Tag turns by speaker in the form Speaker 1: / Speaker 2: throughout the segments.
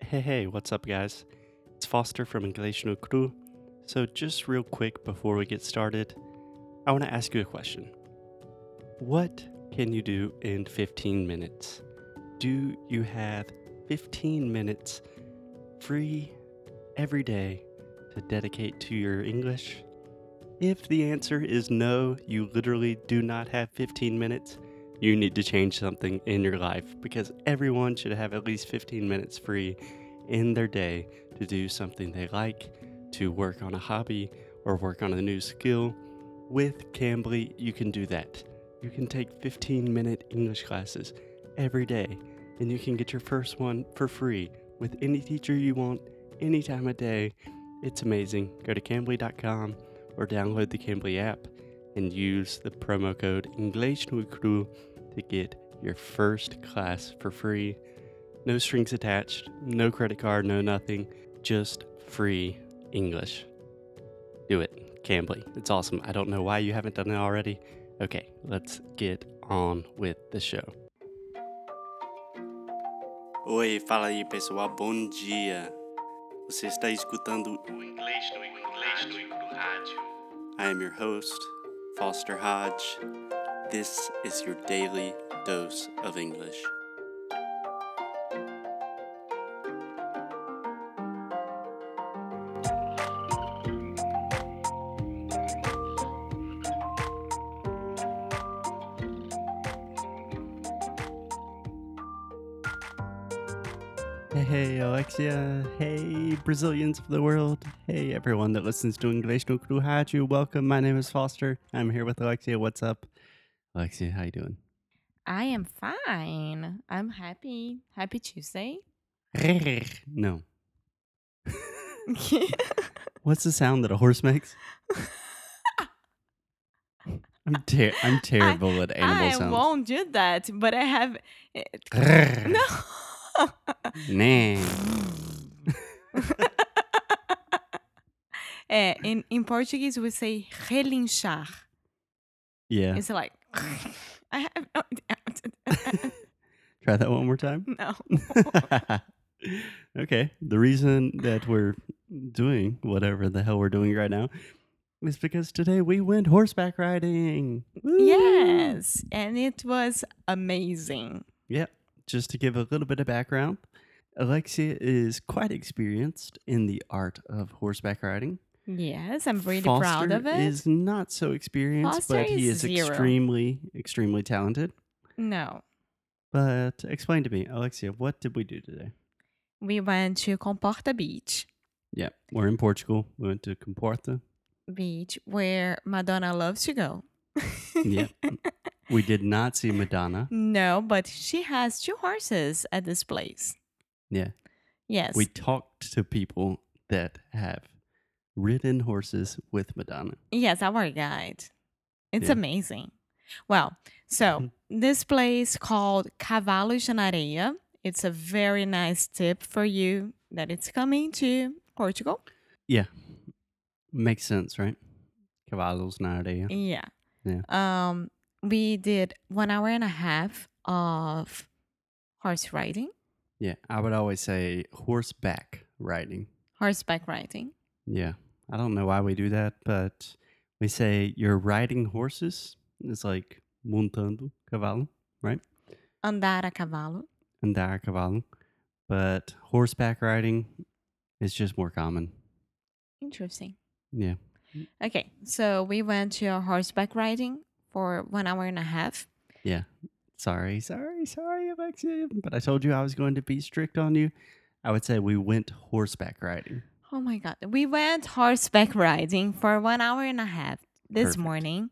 Speaker 1: Hey, hey, what's up, guys? It's Foster from English no Crew. So, just real quick before we get started, I want to ask you a question. What can you do in 15 minutes? Do you have 15 minutes free every day to dedicate to your English? If the answer is no, you literally do not have 15 minutes, you need to change something in your life because everyone should have at least 15 minutes free in their day to do something they like, to work on a hobby, or work on a new skill. With Cambly, you can do that. You can take 15 minute English classes every day, and you can get your first one for free with any teacher you want, any time of day. It's amazing. Go to cambly.com or download the Cambly app and use the promo code ENGLISHNUICRU to get your first class for free. No strings attached, no credit card, no nothing, just free English. Do it, Cambly. It's awesome. I don't know why you haven't done it already. Okay, let's get on with the show. Oi, fala aí pessoal, bom dia. Você está escutando o Inglês no Inglês no Rádio. I am your host, Foster Hodge. This is your daily dose of English. Hey, hey, Alexia. Hey, Brazilians of the world. Hey, everyone that listens to English no Cru Haju. Welcome. My name is Foster. I'm here with Alexia. What's up? Alexia, how you doing?
Speaker 2: I am fine. I'm happy. Happy Tuesday.
Speaker 1: no. What's the sound that a horse makes? I'm, ter- I'm terrible at animal
Speaker 2: I
Speaker 1: sounds.
Speaker 2: won't do that, but I have. it-
Speaker 1: Grrr.
Speaker 2: no.
Speaker 1: Nah.
Speaker 2: Eh, in, in Portuguese, we say relinchar.
Speaker 1: Yeah.
Speaker 2: It's like. I have no.
Speaker 1: Try that one more time.
Speaker 2: no.
Speaker 1: okay. The reason that we're doing whatever the hell we're doing right now is because today we went horseback riding. Woo!
Speaker 2: Yes. And it was amazing.
Speaker 1: Yep. Just to give a little bit of background, Alexia is quite experienced in the art of horseback riding.
Speaker 2: Yes. I'm really
Speaker 1: Foster
Speaker 2: proud of it.
Speaker 1: Is not so experienced,
Speaker 2: Foster
Speaker 1: but he is
Speaker 2: is zero.
Speaker 1: extremely, extremely talented.
Speaker 2: no.
Speaker 1: But explain to me, Alexia, what did we do today?
Speaker 2: We went to Comporta Beach.
Speaker 1: Yeah, we're in Portugal. We went to Comporta.
Speaker 2: beach where Madonna loves to go.
Speaker 1: Yeah. Mm. we did not see Madonna.
Speaker 2: No, but she has two horses at this place.
Speaker 1: Yeah.
Speaker 2: Yes.
Speaker 1: We talked to people that have ridden horses with Madonna.
Speaker 2: yes, our guide. It's
Speaker 1: Yeah.
Speaker 2: amazing. Well, so
Speaker 1: Mhm.
Speaker 2: this place called Cavalos de Areia. It's a very nice tip for you that it's coming to Portugal.
Speaker 1: Yeah. Makes sense, right? Cavallos nowadays.
Speaker 2: Yeah. Um, we did one hour and a half of horse riding,
Speaker 1: Yeah. I would always say horseback riding.
Speaker 2: horseback riding.
Speaker 1: Yeah. I don't know why we do that, but we say you're riding horses. It's like montando cavalo,
Speaker 2: Andar a cavalo.
Speaker 1: andar a cavalo. But horseback riding is just more common.
Speaker 2: Interesting.
Speaker 1: Yeah.
Speaker 2: Okay, so we went to a horseback riding for one hour and a half.
Speaker 1: Yeah. Sorry, sorry, sorry, Alexia. But I told you I was going to be strict on you. I would say we went horseback riding.
Speaker 2: Oh my God. We went horseback riding for one hour and a half this
Speaker 1: Perfect.
Speaker 2: morning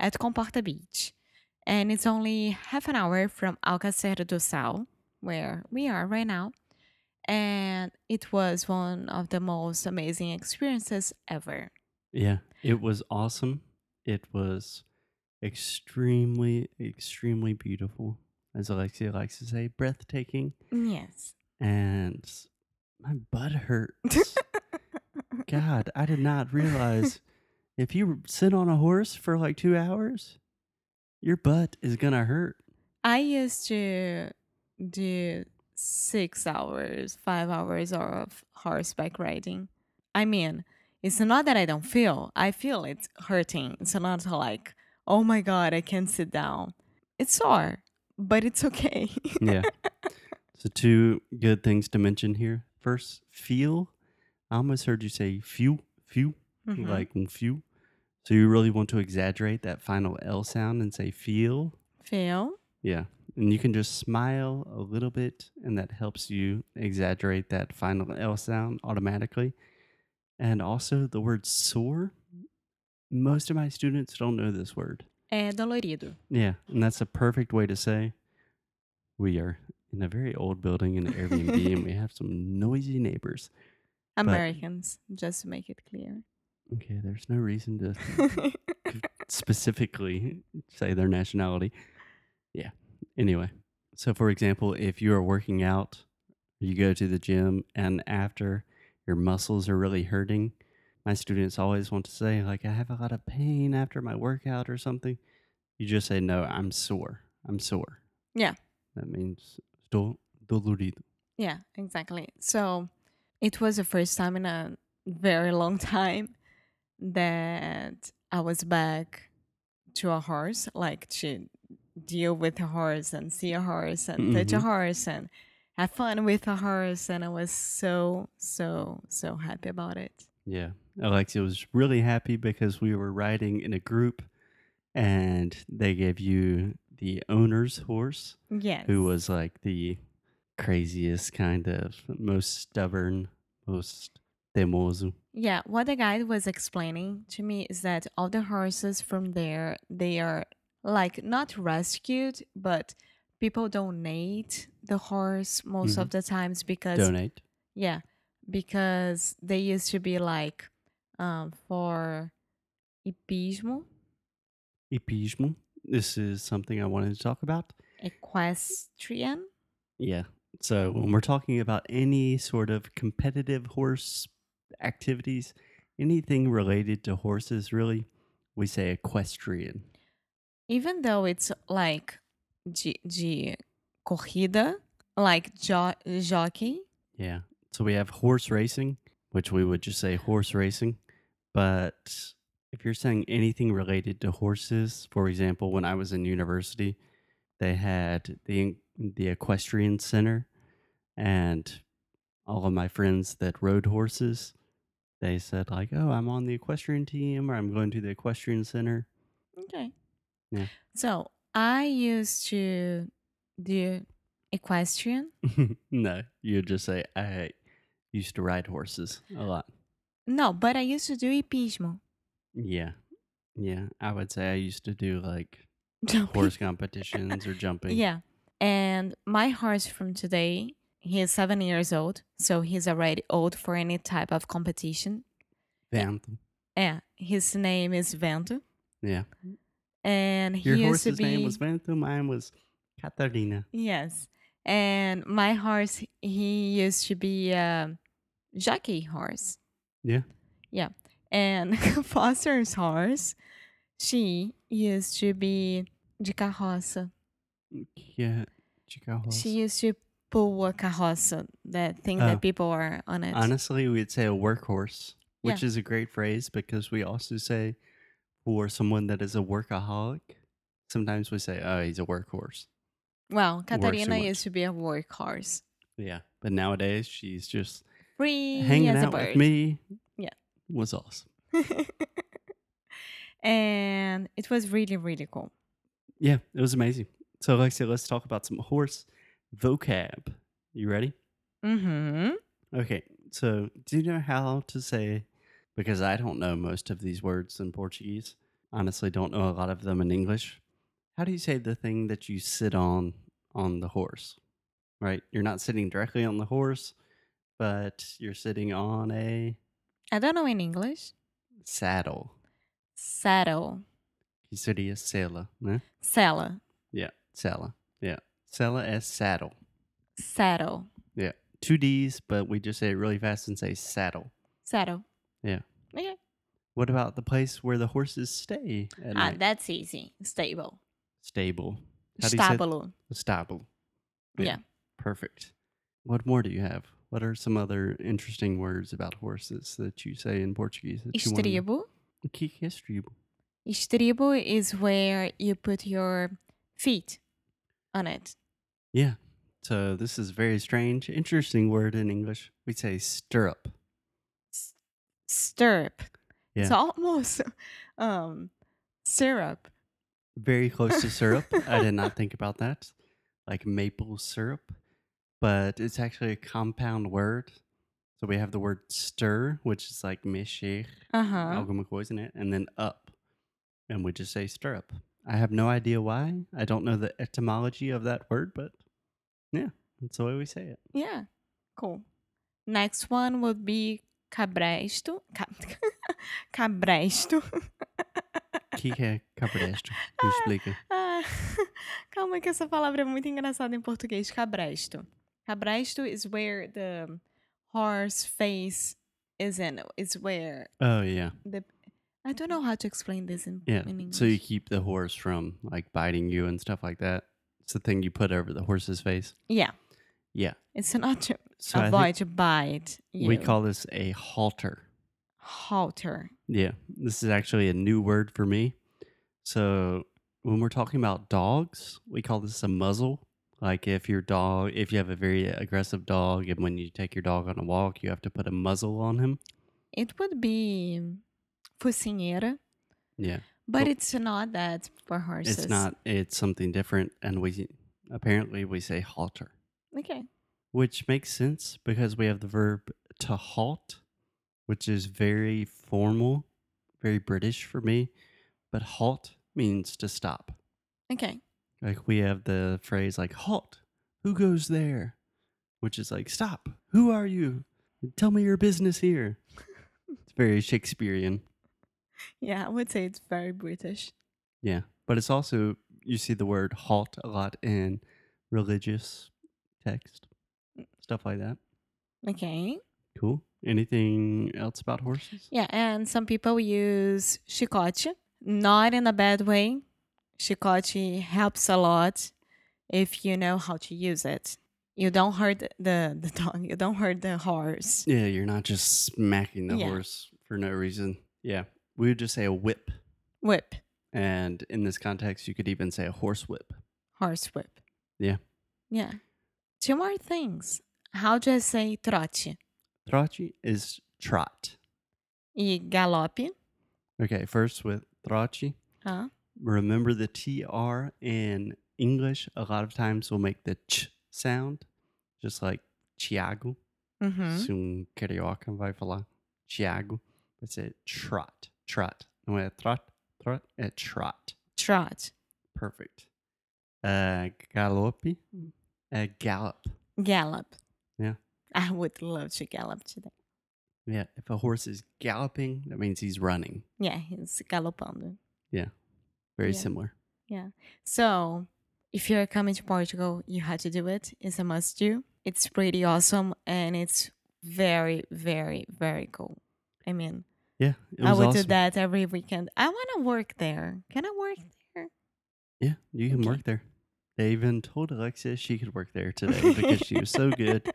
Speaker 2: at Comporta Beach. And it's only half an hour from Alcacer do Sal, where we are right now. And it was one of the most amazing experiences ever.
Speaker 1: Yeah. It was awesome. It was extremely, extremely beautiful, as Alexia likes to say, breathtaking.
Speaker 2: Yes.
Speaker 1: And my butt hurts. God, I did not realize if you sit on a horse for like two hours, your butt is going to hurt.
Speaker 2: I used to do six hours, five hours of horseback riding. I mean, it's not that I don't feel, I feel it's hurting. It's not like, oh my God, I can't sit down. It's sore, but it's okay.
Speaker 1: Yeah. so, two good things to mention here. First, feel. I almost heard you say few, few,
Speaker 2: Mhm.
Speaker 1: like few. So, you really want to exaggerate that final L sound and say feel.
Speaker 2: feel.
Speaker 1: Yeah. And you can just smile a little bit, and that helps you exaggerate that final L sound automatically. And also, the word sore, most of my students don't know this word.
Speaker 2: É dolorido.
Speaker 1: Yeah. And that's a perfect way to say we are in a very old building in Airbnb and we have some noisy neighbors.
Speaker 2: Americans, just to make it clear.
Speaker 1: Okay. There's no reason to specifically say their nationality. Yeah. Anyway, so for example, if you are working out, you go to the gym, and after your muscles are really hurting, my students always want to say, like, I have a lot of pain after my workout or something. You just say, no, I'm sore. I'm sore.
Speaker 2: Yeah.
Speaker 1: That means do- dolorido.
Speaker 2: yeah, exactly. So it was the first time in a very long time that I was back to a horse, like to deal with a horse and see a horse and touch a
Speaker 1: Mhm.
Speaker 2: horse and have fun with a horse. And I was so, so, so happy about it.
Speaker 1: Yeah. Alexia was really happy because we were riding in a group and they gave you the owner's horse.
Speaker 2: Yes.
Speaker 1: who was like the craziest kind of most stubborn most temoso
Speaker 2: Yeah, what the guide was explaining to me is that all the horses from there, they are like not rescued, but people donate the horse most of the times because
Speaker 1: donate
Speaker 2: yeah, because they used to be like um for hipismo,
Speaker 1: epismo this is something i wanted to talk about
Speaker 2: equestrian.
Speaker 1: yeah so when we're talking about any sort of competitive horse activities anything related to horses really we say equestrian
Speaker 2: even though it's like de, de corrida, like jo- jockey,
Speaker 1: yeah so we have horse racing which we would just say horse racing. But if you're saying anything related to horses, for example, when I was in university, they had the the equestrian center, and all of my friends that rode horses, they said like, "Oh, I'm on the equestrian team," or "I'm going to the equestrian center."
Speaker 2: Okay.
Speaker 1: Yeah.
Speaker 2: So I used to do equestrian.
Speaker 1: no, you just say, "I used to ride horses a lot."
Speaker 2: No, but I used to do hipismo.
Speaker 1: Yeah, yeah. I would say I used to do like horse competitions or jumping.
Speaker 2: Yeah. And my horse from today, he is seven years old. So he's already old for any type of competition.
Speaker 1: Vento.
Speaker 2: Yeah. His name is Vento.
Speaker 1: Yeah.
Speaker 2: And he
Speaker 1: Your
Speaker 2: used to
Speaker 1: horse's
Speaker 2: be.
Speaker 1: name was Vento. Mine was Catarina.
Speaker 2: Yes. And my horse, he used to be a jockey horse.
Speaker 1: Yeah.
Speaker 2: Yeah. And Foster's horse, she used to be de carroça.
Speaker 1: Yeah. Chicago horse.
Speaker 2: She used to pull a carroça, that thing
Speaker 1: Oh.
Speaker 2: that people are on it.
Speaker 1: Honestly, we'd say a workhorse, which is a great phrase because we also say for someone that is a workaholic, sometimes we say, oh, he's a workhorse.
Speaker 2: Well,
Speaker 1: too
Speaker 2: Catarina
Speaker 1: much.
Speaker 2: used to be a workhorse.
Speaker 1: Yeah. But nowadays, she's just
Speaker 2: Free
Speaker 1: hanging
Speaker 2: as a
Speaker 1: out
Speaker 2: bird.
Speaker 1: with me.
Speaker 2: Yeah.
Speaker 1: Was awesome.
Speaker 2: and it was really, really cool.
Speaker 1: Yeah. It was amazing. So, Alexia, let's talk about some horse vocab. You ready?
Speaker 2: Mm-hmm.
Speaker 1: Okay, so do you know how to say? Because I don't know most of these words in Portuguese. Honestly, don't know a lot of them in English. How do you say the thing that you sit on on the horse? Right, you're not sitting directly on the horse, but you're sitting on a
Speaker 2: I don't know in English.
Speaker 1: saddle.
Speaker 2: Saddle.
Speaker 1: Que seria sela, né?
Speaker 2: Sella.
Speaker 1: Yeah, sela. Yeah, sela as saddle.
Speaker 2: Saddle.
Speaker 1: Yeah, two D's, but we just say it really fast and say saddle.
Speaker 2: Saddle.
Speaker 1: Yeah.
Speaker 2: Okay.
Speaker 1: What about the place where the horses stay at
Speaker 2: Ah,
Speaker 1: night?
Speaker 2: that's easy. Stable.
Speaker 1: stable. How do you say-
Speaker 2: Estábulo.
Speaker 1: Stable.
Speaker 2: Yeah.
Speaker 1: Perfect. What more do you have? What are some other interesting words about horses that you say in Portuguese that you want? to know?
Speaker 2: Estribo.
Speaker 1: O que que é estribo?
Speaker 2: Estribo is where you put your feet on it.
Speaker 1: Yeah. So this is a very strange, interesting word in English. We say stirrup.
Speaker 2: Stirrup. It's
Speaker 1: Yeah.
Speaker 2: almost um, syrup.
Speaker 1: Very close to syrup. I did not think about that. Like maple syrup. But it's actually a compound word. So we have the word stir, which is like mexer,
Speaker 2: Uh huh.
Speaker 1: alguma coisa in it, and then up. And we just say stirrup. I have no idea why. I don't know the etymology of that word, but yeah, that's the way we say it.
Speaker 2: Yeah. Cool. Next one would be cabresto. Cab- cabresto.
Speaker 1: Que que é cabresto? Me explica.
Speaker 2: Ah, calma que essa palavra é muito engraçada em português. Cabresto. Cabresto is where the horse face is in. It's where
Speaker 1: Oh, yeah.
Speaker 2: the... I don't know how to explain this in,
Speaker 1: Yeah.
Speaker 2: in English.
Speaker 1: So you keep the horse from like biting you and stuff like that. It's the thing you put over the horse's face.
Speaker 2: Yeah.
Speaker 1: Yeah.
Speaker 2: It's not to
Speaker 1: So I think
Speaker 2: avoid to bite. You.
Speaker 1: we call this a halter.
Speaker 2: halter.
Speaker 1: Yeah. This is actually a new word for me. So when we're talking about dogs, we call this a muzzle. Like if your dog, if you have a very aggressive dog and when you take your dog on a walk, you have to put a muzzle on him.
Speaker 2: It would be focinheira,
Speaker 1: Yeah.
Speaker 2: but
Speaker 1: Oh.
Speaker 2: it's not that for horses.
Speaker 1: It's not, it's something different. And we apparently we say halter.
Speaker 2: Okay.
Speaker 1: which makes sense because we have the verb to halt, which is very formal, very British for me. But halt means to stop.
Speaker 2: Okay.
Speaker 1: Like we have the phrase like halt, who goes there? Which is like stop, who are you? Tell me your business here. it's very Shakespearean.
Speaker 2: Yeah, I would say it's very British.
Speaker 1: Yeah. But it's also you see the word halt a lot in religious text. Stuff like that.
Speaker 2: Okay.
Speaker 1: Cool. Anything else about horses?
Speaker 2: Yeah, and some people use chicote, not in a bad way. Chicote helps a lot if you know how to use it. You don't hurt the, the dog, you don't hurt the horse.
Speaker 1: Yeah, you're not just smacking the
Speaker 2: Yeah.
Speaker 1: horse for no reason. Yeah. We would just say a whip.
Speaker 2: Whip,
Speaker 1: And in this context, you could even say a horse whip.
Speaker 2: horse whip.
Speaker 1: Yeah.
Speaker 2: Yeah. Two more things. How do I say trote?
Speaker 1: Traci is trot.
Speaker 2: E galope.
Speaker 1: Okay, first with traci.
Speaker 2: Huh?
Speaker 1: Remember the TR in English, a lot of times will make the ch sound, just like Thiago.
Speaker 2: Mm-hmm.
Speaker 1: Sum carioca vai falar Thiago. It's a trot. Trot. Não é trot, trot, é trot.
Speaker 2: Trot.
Speaker 1: Perfect. Uh, galope. Uh, gallop.
Speaker 2: Gallop.
Speaker 1: Yeah.
Speaker 2: I would love to gallop today.
Speaker 1: Yeah. If a horse is galloping, that means he's running.
Speaker 2: Yeah, he's galopando.
Speaker 1: Very
Speaker 2: Yeah.
Speaker 1: similar.
Speaker 2: So, if you're coming to Portugal, you have to do it. It's a must do. It's pretty awesome and it's very, very, very cool. I mean,
Speaker 1: Yeah. It
Speaker 2: I
Speaker 1: was
Speaker 2: would do
Speaker 1: awesome.
Speaker 2: that every weekend. I want to work there. Can I work
Speaker 1: Mm. Yeah. You can
Speaker 2: Okay.
Speaker 1: work there. They even told Alexia she could work there today because she was so good.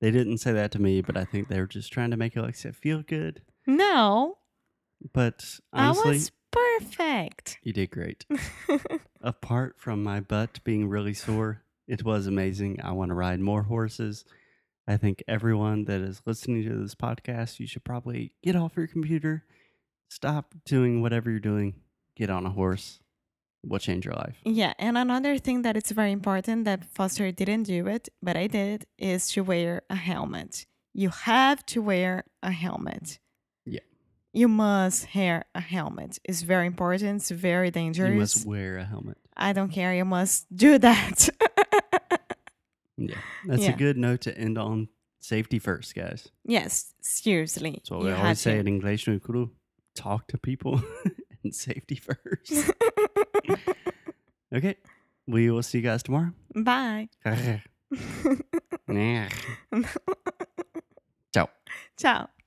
Speaker 1: They didn't say that to me, but I think they were just trying to make Alexia feel good.
Speaker 2: there? No,
Speaker 1: But honestly,
Speaker 2: I was perfect.
Speaker 1: you did great. apart from my butt being really sore, it was amazing. I want to ride more horses. I think everyone that is listening to this podcast, you should probably get off your computer, stop doing whatever you're doing, get on a horse. It will change your life.
Speaker 2: yeah, and another thing that it's very important that Foster didn't do it, but I did, is to wear a helmet. You have to wear a helmet.
Speaker 1: Yeah.
Speaker 2: You must wear a helmet. It's very important. It's very dangerous.
Speaker 1: You must wear a helmet.
Speaker 2: I don't care. You must do that.
Speaker 1: Yeah. That's
Speaker 2: Yeah.
Speaker 1: a good note to end on. Safety first, guys.
Speaker 2: yes, seriously.
Speaker 1: That's what
Speaker 2: you
Speaker 1: we
Speaker 2: have
Speaker 1: always say
Speaker 2: to.
Speaker 1: in English. no kuru. Talk to people and safety first. okay. We will see you guys tomorrow.
Speaker 2: Bye.
Speaker 1: Nah. Ciao.
Speaker 2: Ciao.